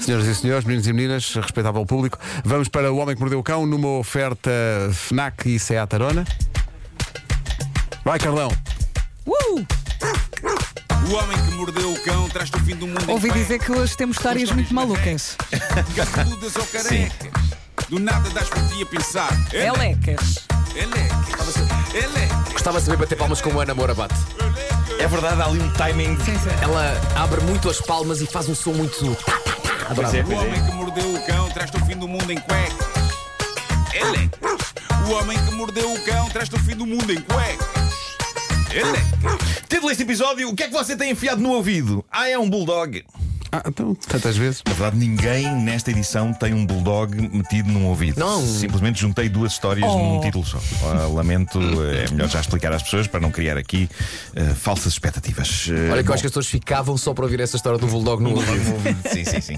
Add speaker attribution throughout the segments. Speaker 1: Senhoras e senhores, meninos e meninas, respeitável público, vamos para O Homem que Mordeu o Cão numa oferta FNAC e Seat Arona. Vai, Carlão.
Speaker 2: Uh!
Speaker 3: O homem que mordeu o cão traz-te o fim do mundo. em
Speaker 2: Ouvi
Speaker 3: cuecas.
Speaker 2: dizer que hoje temos histórias muito malucas.
Speaker 3: Cabeludas ou carecas. Do nada das por ti a pensar. É,
Speaker 2: Elecas.
Speaker 3: Elecas. Elecas.
Speaker 4: Gostava de saber bater palmas como a Ana Moura bate.
Speaker 5: É verdade, há ali um timing.
Speaker 2: Sim, sim.
Speaker 4: Ela abre muito as palmas e faz um som muito.
Speaker 5: Pois é,
Speaker 3: O
Speaker 5: pois é.
Speaker 3: homem que mordeu o cão traz-te o fim do mundo em cuecas. Elecas. O homem que mordeu o cão traz-te o fim do mundo em cuecas. Elecas.
Speaker 5: Título deste episódio: O que é que você tem enfiado no ouvido? Ah, é um bulldog.
Speaker 1: Ah, então, tantas vezes.
Speaker 5: Na verdade, ninguém nesta edição tem um bulldog metido num ouvido.
Speaker 4: Não.
Speaker 5: Simplesmente juntei duas histórias
Speaker 2: Oh.
Speaker 5: num título só. Ah, lamento, eh, é melhor já explicar às pessoas para não criar aqui eh, falsas expectativas. Eh,
Speaker 4: Olha que eu
Speaker 5: bom.
Speaker 4: acho que as pessoas ficavam só para ouvir essa história do Bulldog no ouvido.
Speaker 5: Sim, sim, sim.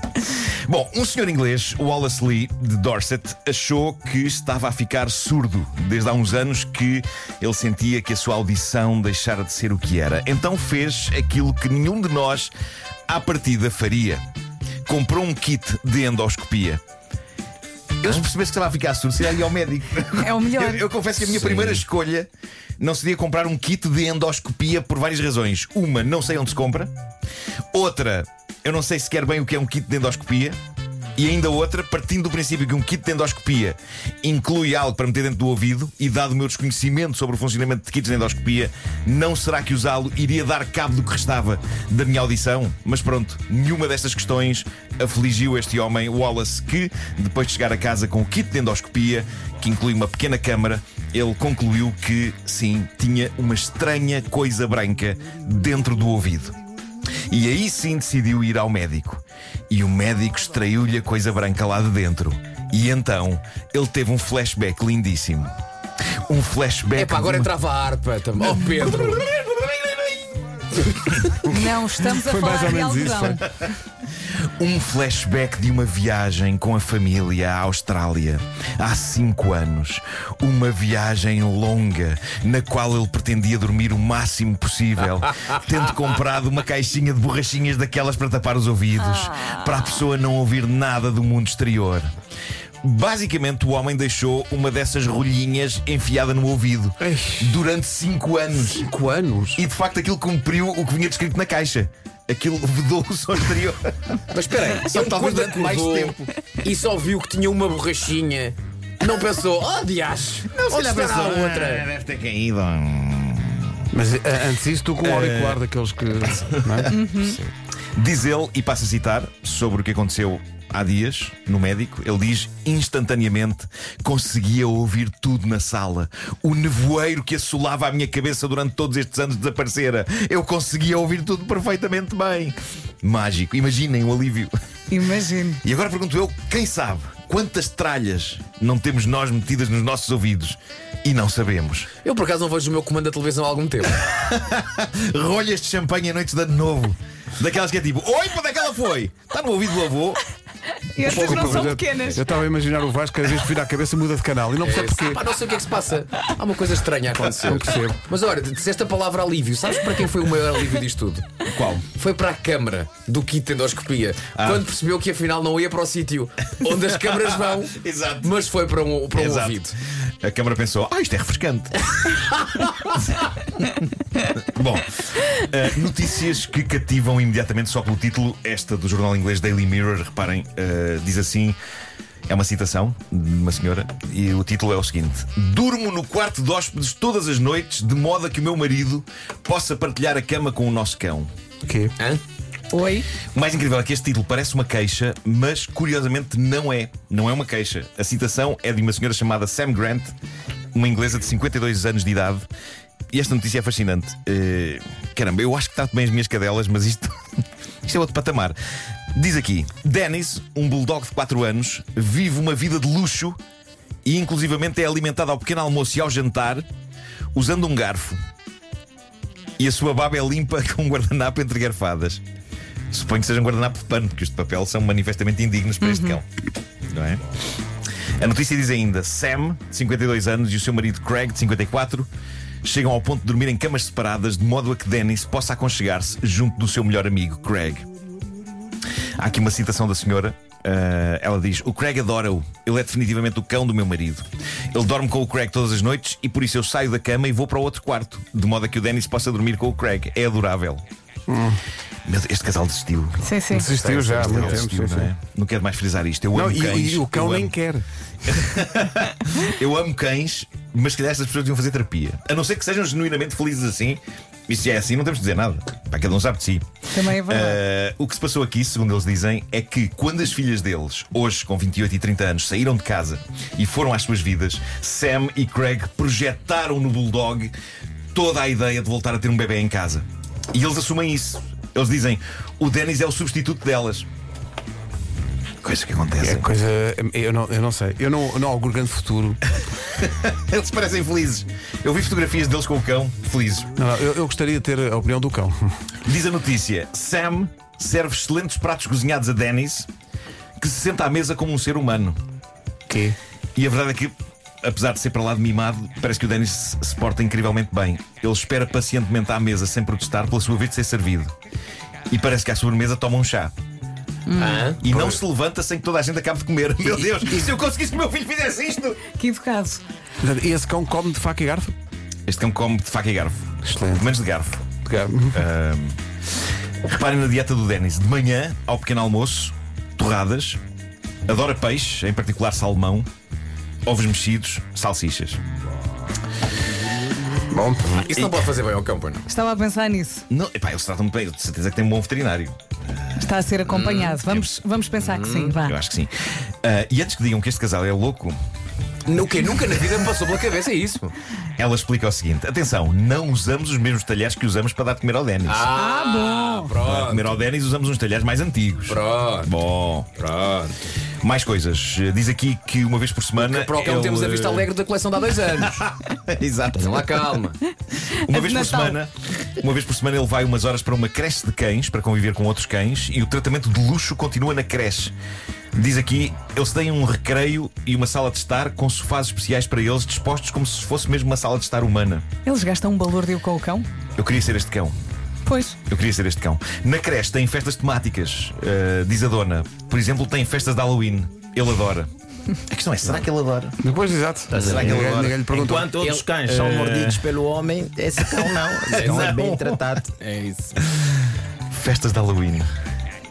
Speaker 5: Bom, um senhor inglês, Wallace Lee, de Dorset, achou que estava a ficar surdo desde há uns anos que ele sentia que a sua audição deixara de ser o que era. Então fez aquilo que nenhum de nós, à partida, faria. Comprou um kit de endoscopia. Eles percebessem que estava a ficar surdo, se ia ao médico.
Speaker 2: É o melhor.
Speaker 5: Eu, eu confesso que a minha primeira escolha não seria comprar um kit de endoscopia por várias razões. Uma, não sei onde se compra. Outra, eu não sei sequer bem o que é um kit de endoscopia. E ainda outra, partindo do princípio que um kit de endoscopia inclui algo para meter dentro do ouvido, e dado o meu desconhecimento sobre o funcionamento de kits de endoscopia, não será que usá-lo iria dar cabo do que restava da minha audição? Mas pronto, nenhuma destas questões afligiu este homem, Wallace, que, depois de chegar a casa com o kit de endoscopia, que inclui uma pequena câmara, ele concluiu que, sim, tinha uma estranha coisa branca dentro do ouvido. E aí sim decidiu ir ao médico. E o médico extraiu-lhe a coisa branca lá de dentro. E então ele teve um flashback lindíssimo. Um flashback.
Speaker 4: Epá, agora
Speaker 5: de uma-
Speaker 4: entrava a harpa também. Oh, Pedro!
Speaker 2: Não, estamos a
Speaker 1: Foi mais
Speaker 2: falar
Speaker 1: ou
Speaker 2: de
Speaker 1: menos isso,
Speaker 2: algodão.
Speaker 5: Um flashback de uma viagem com a família à Austrália há cinco anos. Uma viagem longa na qual ele pretendia dormir o máximo possível, tendo comprado uma caixinha de borrachinhas daquelas para tapar os ouvidos, para a pessoa não ouvir nada do mundo exterior. Basicamente, o homem deixou uma dessas rolhinhas enfiada no ouvido durante cinco anos.
Speaker 4: Cinco anos?
Speaker 5: E de facto aquilo cumpriu o que vinha descrito na caixa. Aquilo vedou-se ao exterior.
Speaker 4: Mas espera aí,
Speaker 5: Só
Speaker 4: ele
Speaker 5: talvez
Speaker 4: quando
Speaker 5: durante um mais
Speaker 4: acordou
Speaker 5: tempo.
Speaker 4: E só viu que tinha uma borrachinha. Não pensou, oh, diacho! Onde
Speaker 5: Olha
Speaker 4: estará a
Speaker 5: "Ah,
Speaker 4: outra?
Speaker 5: Deve ter caído.
Speaker 1: Mas ah, antes disso, tu com o auricular daqueles que. não é?
Speaker 5: Diz ele, e passo a citar, sobre o que aconteceu há dias no médico, ele diz instantaneamente conseguia ouvir tudo na sala. O nevoeiro que assolava a minha cabeça durante todos estes anos desaparecera. Eu conseguia ouvir tudo perfeitamente bem. Mágico, imaginem o alívio.
Speaker 2: Imagino.
Speaker 5: E agora pergunto eu, quem sabe quantas tralhas não temos nós metidas nos nossos ouvidos e não sabemos?
Speaker 4: Eu por acaso não vejo o meu comando da televisão há algum tempo.
Speaker 5: Rolhas de champanhe à noite de ano novo. Daquelas que é tipo, oi, para onde é que ela foi? Está no ouvido do avô.
Speaker 1: Um
Speaker 2: Estas não
Speaker 1: Mas
Speaker 2: são
Speaker 1: eu-
Speaker 2: pequenas.
Speaker 1: Eu estava a imaginar o Vasco, cada vez que vira a cabeça, muda de canal. E não percebe porquê.
Speaker 4: Pá, não sei o que é que se passa. Há uma coisa estranha a acontecer.
Speaker 1: Não percebo.
Speaker 4: Mas olha, disseste a palavra alívio. Sabes para quem foi o maior alívio disto tudo?
Speaker 5: Qual?
Speaker 4: Foi para a câmara do kit de endoscopia quando percebeu que afinal não ia para o sítio onde as câmaras vão,
Speaker 5: Exato.
Speaker 4: mas foi para um, para um ouvido.
Speaker 5: A câmara pensou, ah, isto é refrescante. Bom, eh, notícias que cativam imediatamente só pelo título. Esta do jornal inglês Daily Mirror, reparem, eh, diz assim. É uma citação de uma senhora e o título é o seguinte: Durmo no quarto de hóspedes todas as noites, de modo a que o meu marido possa partilhar a cama com o nosso cão.
Speaker 1: O quê?
Speaker 4: Hã?
Speaker 2: Oi?
Speaker 5: O mais incrível é que este título parece uma queixa, mas curiosamente não é. Não é uma queixa. A citação é de uma senhora chamada Sam Grant, uma inglesa de 52 anos de idade. E esta notícia é fascinante. Eh, caramba, eu acho que trato bem as minhas cadelas, mas isto, isto é outro patamar. Diz aqui: Dennis, um bulldog de 4 anos, vive uma vida de luxo e, inclusivamente, é alimentado ao pequeno almoço e ao jantar usando um garfo. E a sua baba é limpa com um guardanapo entre garfadas. Suponho que seja um guardanapo de pano, porque os de papel são manifestamente indignos para este cão. Não é? A notícia diz ainda: Sam, de 52 anos, e o seu marido Craig, de 54, chegam ao ponto de dormir em camas separadas, de modo a que Dennis possa aconchegar-se junto do seu melhor amigo, Craig. Há aqui uma citação da senhora. Ah, ela diz: O Craig adora-o. Ele é definitivamente o cão do meu marido. Ele dorme com o Craig todas as noites e por isso eu saio da cama e vou para o outro quarto, de modo a que o Dennis possa dormir com o Craig. É adorável. Meu Deus, este casal desistiu.
Speaker 2: Sim, sim.
Speaker 1: Desistiu já há
Speaker 5: Este
Speaker 1: muito
Speaker 5: casal
Speaker 1: tempo.
Speaker 5: desistiu,
Speaker 1: sim,
Speaker 5: não,
Speaker 1: sim.
Speaker 5: é? não quero mais frisar isto. Eu
Speaker 1: Não,
Speaker 5: amo cães.
Speaker 1: e, e o cão é
Speaker 5: eu
Speaker 1: nem
Speaker 5: amo-
Speaker 1: quer.
Speaker 5: eu amo cães, mas se calhar estas pessoas deviam fazer terapia. A não ser que sejam genuinamente felizes assim. E se é assim, não temos de dizer nada. Para cada um sabe de si.
Speaker 2: Também é verdade.
Speaker 5: Ah, o que se passou aqui, segundo eles dizem, é que quando as filhas deles, hoje com 28 e 30 anos, saíram de casa e foram às suas vidas, Sam e Craig projetaram no Bulldog toda a ideia de voltar a ter um bebê em casa. E eles assumem isso. Eles dizem: o Dennis é o substituto delas. Coisa que acontece.
Speaker 1: É coisa. Eu não, eu não sei. Eu não, eu não auguro grande futuro.
Speaker 5: Eles parecem felizes. Eu vi fotografias deles com o cão, felizes.
Speaker 1: Não, não, eu, eu gostaria de ter a opinião do cão.
Speaker 5: Diz a notícia: Sam serve excelentes pratos cozinhados a Dennis, que se senta à mesa como um ser humano.
Speaker 1: Quê?
Speaker 5: E a verdade é que, apesar de ser para lá de mimado, parece que o Dennis se- se porta incrivelmente bem. Ele espera pacientemente à mesa sem protestar pela sua vez de ser servido. E parece que à sobremesa toma um chá.
Speaker 4: Ah,
Speaker 5: E não se levanta sem que toda a gente acabe de comer. Meu Deus, e se eu conseguisse que o meu filho fizesse isto?
Speaker 1: É.
Speaker 2: Que educado.
Speaker 1: Portanto, esse cão come de faca e garfo?
Speaker 5: Este cão come de faca e garfo.
Speaker 1: Excelente.
Speaker 5: Pelo menos de garfo.
Speaker 1: De garfo.
Speaker 5: Reparem na dieta do Denis. De manhã, ao pequeno almoço, torradas, adora peixe, em particular salmão, ovos mexidos, salsichas.
Speaker 1: Bom.
Speaker 4: isso não pode fazer bem ao campo, não.
Speaker 2: Estava a pensar nisso.
Speaker 5: Não, epá, eles tratam muito bem, eu tenho certeza que tem um bom veterinário.
Speaker 2: Está a ser
Speaker 1: Hum.
Speaker 2: acompanhado. Vamos, vamos pensar que sim, vá.
Speaker 5: Eu acho que sim. Ah, e antes que digam que este casal é louco,
Speaker 4: O quê? Nunca na vida me passou pela cabeça é isso.
Speaker 5: ela explica o seguinte: atenção, não usamos os mesmos talheres que usamos para dar de comer ao Denis.
Speaker 4: Ah, bom.
Speaker 5: Para
Speaker 4: Pronto,
Speaker 5: comer ao Denis usamos uns talheres mais antigos.
Speaker 4: pronto,
Speaker 5: Bom,
Speaker 4: pronto.
Speaker 5: mais coisas. Diz aqui que uma vez por semana.
Speaker 4: Para o cão
Speaker 5: ele-
Speaker 4: é um temos a vista alegre da coleção de há dois anos.
Speaker 5: Exato.
Speaker 4: Tenham lá calma.
Speaker 5: Uma
Speaker 2: É de
Speaker 5: vez por
Speaker 2: Natal.
Speaker 5: semana, uma vez por semana ele vai umas horas para uma creche de cães para conviver com outros cães e o tratamento de luxo continua na creche. Diz aqui, eles têm um recreio e uma sala de estar com sofás especiais para eles, dispostos como se fosse mesmo uma sala de estar humana.
Speaker 2: Eles gastam um balúrdio com o cão?
Speaker 5: Eu queria ser este cão.
Speaker 2: Pois.
Speaker 5: Eu queria ser este cão. Na creche tem festas temáticas, eh, diz a dona. Por exemplo, tem festas de Halloween. Ele adora. A questão é, será que ele adora?
Speaker 1: Depois, exato.
Speaker 5: Será que ele
Speaker 1: ninguém,
Speaker 5: adora?
Speaker 1: ninguém lhe perguntou.
Speaker 6: Enquanto outros
Speaker 4: Ele-
Speaker 6: cães são
Speaker 4: Eh.
Speaker 6: mordidos pelo homem, esse cão não. Esse cão é
Speaker 5: Não.
Speaker 6: bem tratado.
Speaker 4: É isso.
Speaker 5: Festas de Halloween.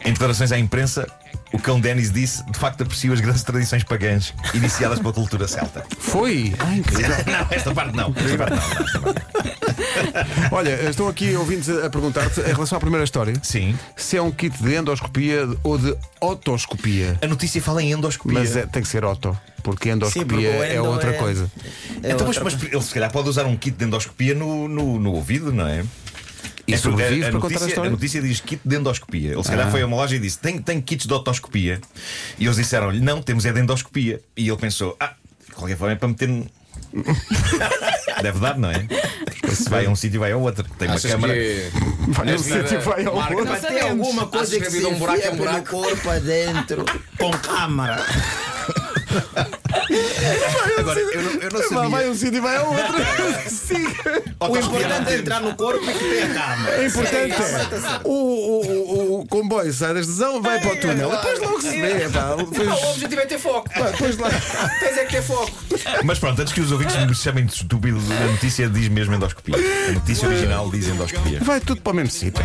Speaker 5: Em declarações à imprensa, o cão Dennis disse: de facto aprecio as grandes tradições pagãs iniciadas pela cultura celta.
Speaker 1: Foi! Ai, incrível.
Speaker 5: não, esta parte não. Esta parte não.
Speaker 1: Olha, estão aqui ouvintes a a perguntar-te em relação à primeira história.
Speaker 5: Sim.
Speaker 1: Se é um kit de endoscopia ou de otoscopia.
Speaker 5: A notícia fala em endoscopia.
Speaker 1: Mas é- tem que ser oto, porque endoscopia
Speaker 6: Sim, porque o
Speaker 1: é
Speaker 6: endo
Speaker 1: outra
Speaker 6: é-
Speaker 1: coisa.
Speaker 6: É
Speaker 5: então, mas,
Speaker 6: outra-
Speaker 5: mas ele se calhar pode usar um kit de endoscopia no, no, no ouvido, não é?
Speaker 1: E
Speaker 5: É porque
Speaker 1: sobrevive para
Speaker 5: notícia,
Speaker 1: contar a história.
Speaker 5: notícia diz kit de endoscopia. Ele se
Speaker 6: Ah.
Speaker 5: calhar foi a uma loja e disse: tem, tem kits de otoscopia. E eles disseram-lhe: não, temos é de endoscopia. E ele pensou: ah, de qualquer forma é para meter. no-" Deve dar, não é? Se vai a um sítio, vai ao outro. Tem uma
Speaker 4: Achas
Speaker 5: câmara.
Speaker 4: que é-
Speaker 1: Vai num
Speaker 4: Esta-
Speaker 1: Um sítio, vai ao
Speaker 4: Marca-
Speaker 1: outro.
Speaker 4: Não
Speaker 6: Mas tem
Speaker 4: sabemos.
Speaker 6: alguma coisa
Speaker 4: Achas
Speaker 6: que
Speaker 4: que a
Speaker 6: se
Speaker 4: vida é um buraco,
Speaker 6: enfia
Speaker 4: é um
Speaker 6: pelo
Speaker 4: buraco?
Speaker 6: corpo adentro com câmara.
Speaker 5: Agora, eu não, eu não
Speaker 1: Vai, vai a
Speaker 5: sabia.
Speaker 1: um sítio e vai ao outro. Sim.
Speaker 6: O
Speaker 5: Otoscopia não
Speaker 6: importante é
Speaker 5: tem-
Speaker 6: entrar no corpo e que tem a câmara.
Speaker 1: É importante. é, O, o, o, o comboio sai da estação, vai para o túnel. Depois logo se vê. pá. Depois,
Speaker 4: o objetivo é ter foco.
Speaker 1: pá, depois lá.
Speaker 4: Tens é que ter foco.
Speaker 5: Mas pronto, antes que os ouvintes me chamem de estúpido, a notícia diz mesmo endoscopia. A notícia original diz endoscopia.
Speaker 1: Vai tudo para o mesmo sítio.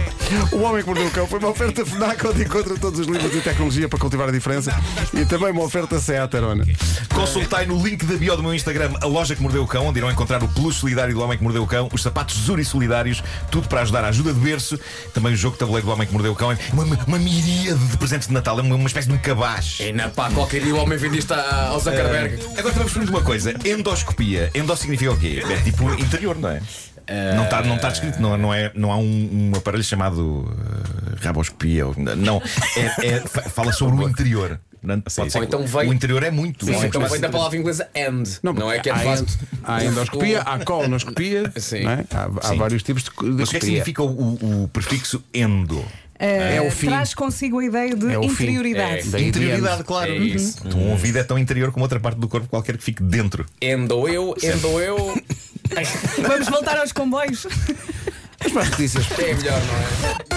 Speaker 1: O Homem que Mordeu o Cão foi uma oferta FNAC onde encontra todos os livros de tecnologia para cultivar a diferença e também uma oferta Seat Arona.
Speaker 5: Consultai no link da bio do meu Instagram a loja que mordeu o cão, onde irão encontrar o peluche solidário do homem que mordeu o cão, os sapatos Zuri solidários, tudo para ajudar a ajuda de berço, também o jogo de tabuleiro do homem que mordeu o cão, É uma, uma miríade de presentes de Natal, é uma, uma espécie de um cabaz.
Speaker 4: E É na pá, qualquer dia o homem vende isto a- ao Zuckerberg.
Speaker 5: Agora vamos descobrir uma coisa: endoscopia. Endo significa o quê? É tipo interior, não é?
Speaker 4: Eh,
Speaker 5: Não está não tá descrito, não, não, é, não há um, um aparelho chamado eh, raboscopia. ou- Não, é, é- fa- fala sobre o interior. Não- pode ser
Speaker 4: Ou
Speaker 5: que-
Speaker 4: então vem-
Speaker 5: O interior é muito.
Speaker 4: Sim,
Speaker 5: não é?
Speaker 4: então
Speaker 5: Mas-
Speaker 4: vem da palavra inglesa and. Não,
Speaker 1: Não,
Speaker 4: é que é de
Speaker 1: há
Speaker 4: facto.
Speaker 1: en- Há endoscopia, há colonoscopia.
Speaker 4: Sim.
Speaker 1: não é? Há, há
Speaker 5: Sim.
Speaker 1: vários tipos de, de
Speaker 5: Mas o que é que
Speaker 1: copia.
Speaker 5: significa o, o- o prefixo endo?
Speaker 1: É o
Speaker 2: Eh,
Speaker 1: fim.
Speaker 2: Traz consigo a ideia de
Speaker 1: É o fim.
Speaker 2: interioridade.
Speaker 1: Daí de
Speaker 5: Interioridade,
Speaker 1: endo.
Speaker 5: claro.
Speaker 4: É isso.
Speaker 5: Então, um ouvido é tão interior como outra parte do corpo qualquer que fique dentro.
Speaker 4: Endo eu, endo eu.
Speaker 1: É.
Speaker 2: Vamos voltar aos comboios.
Speaker 1: Mas para as notícias.
Speaker 4: É melhor, não é?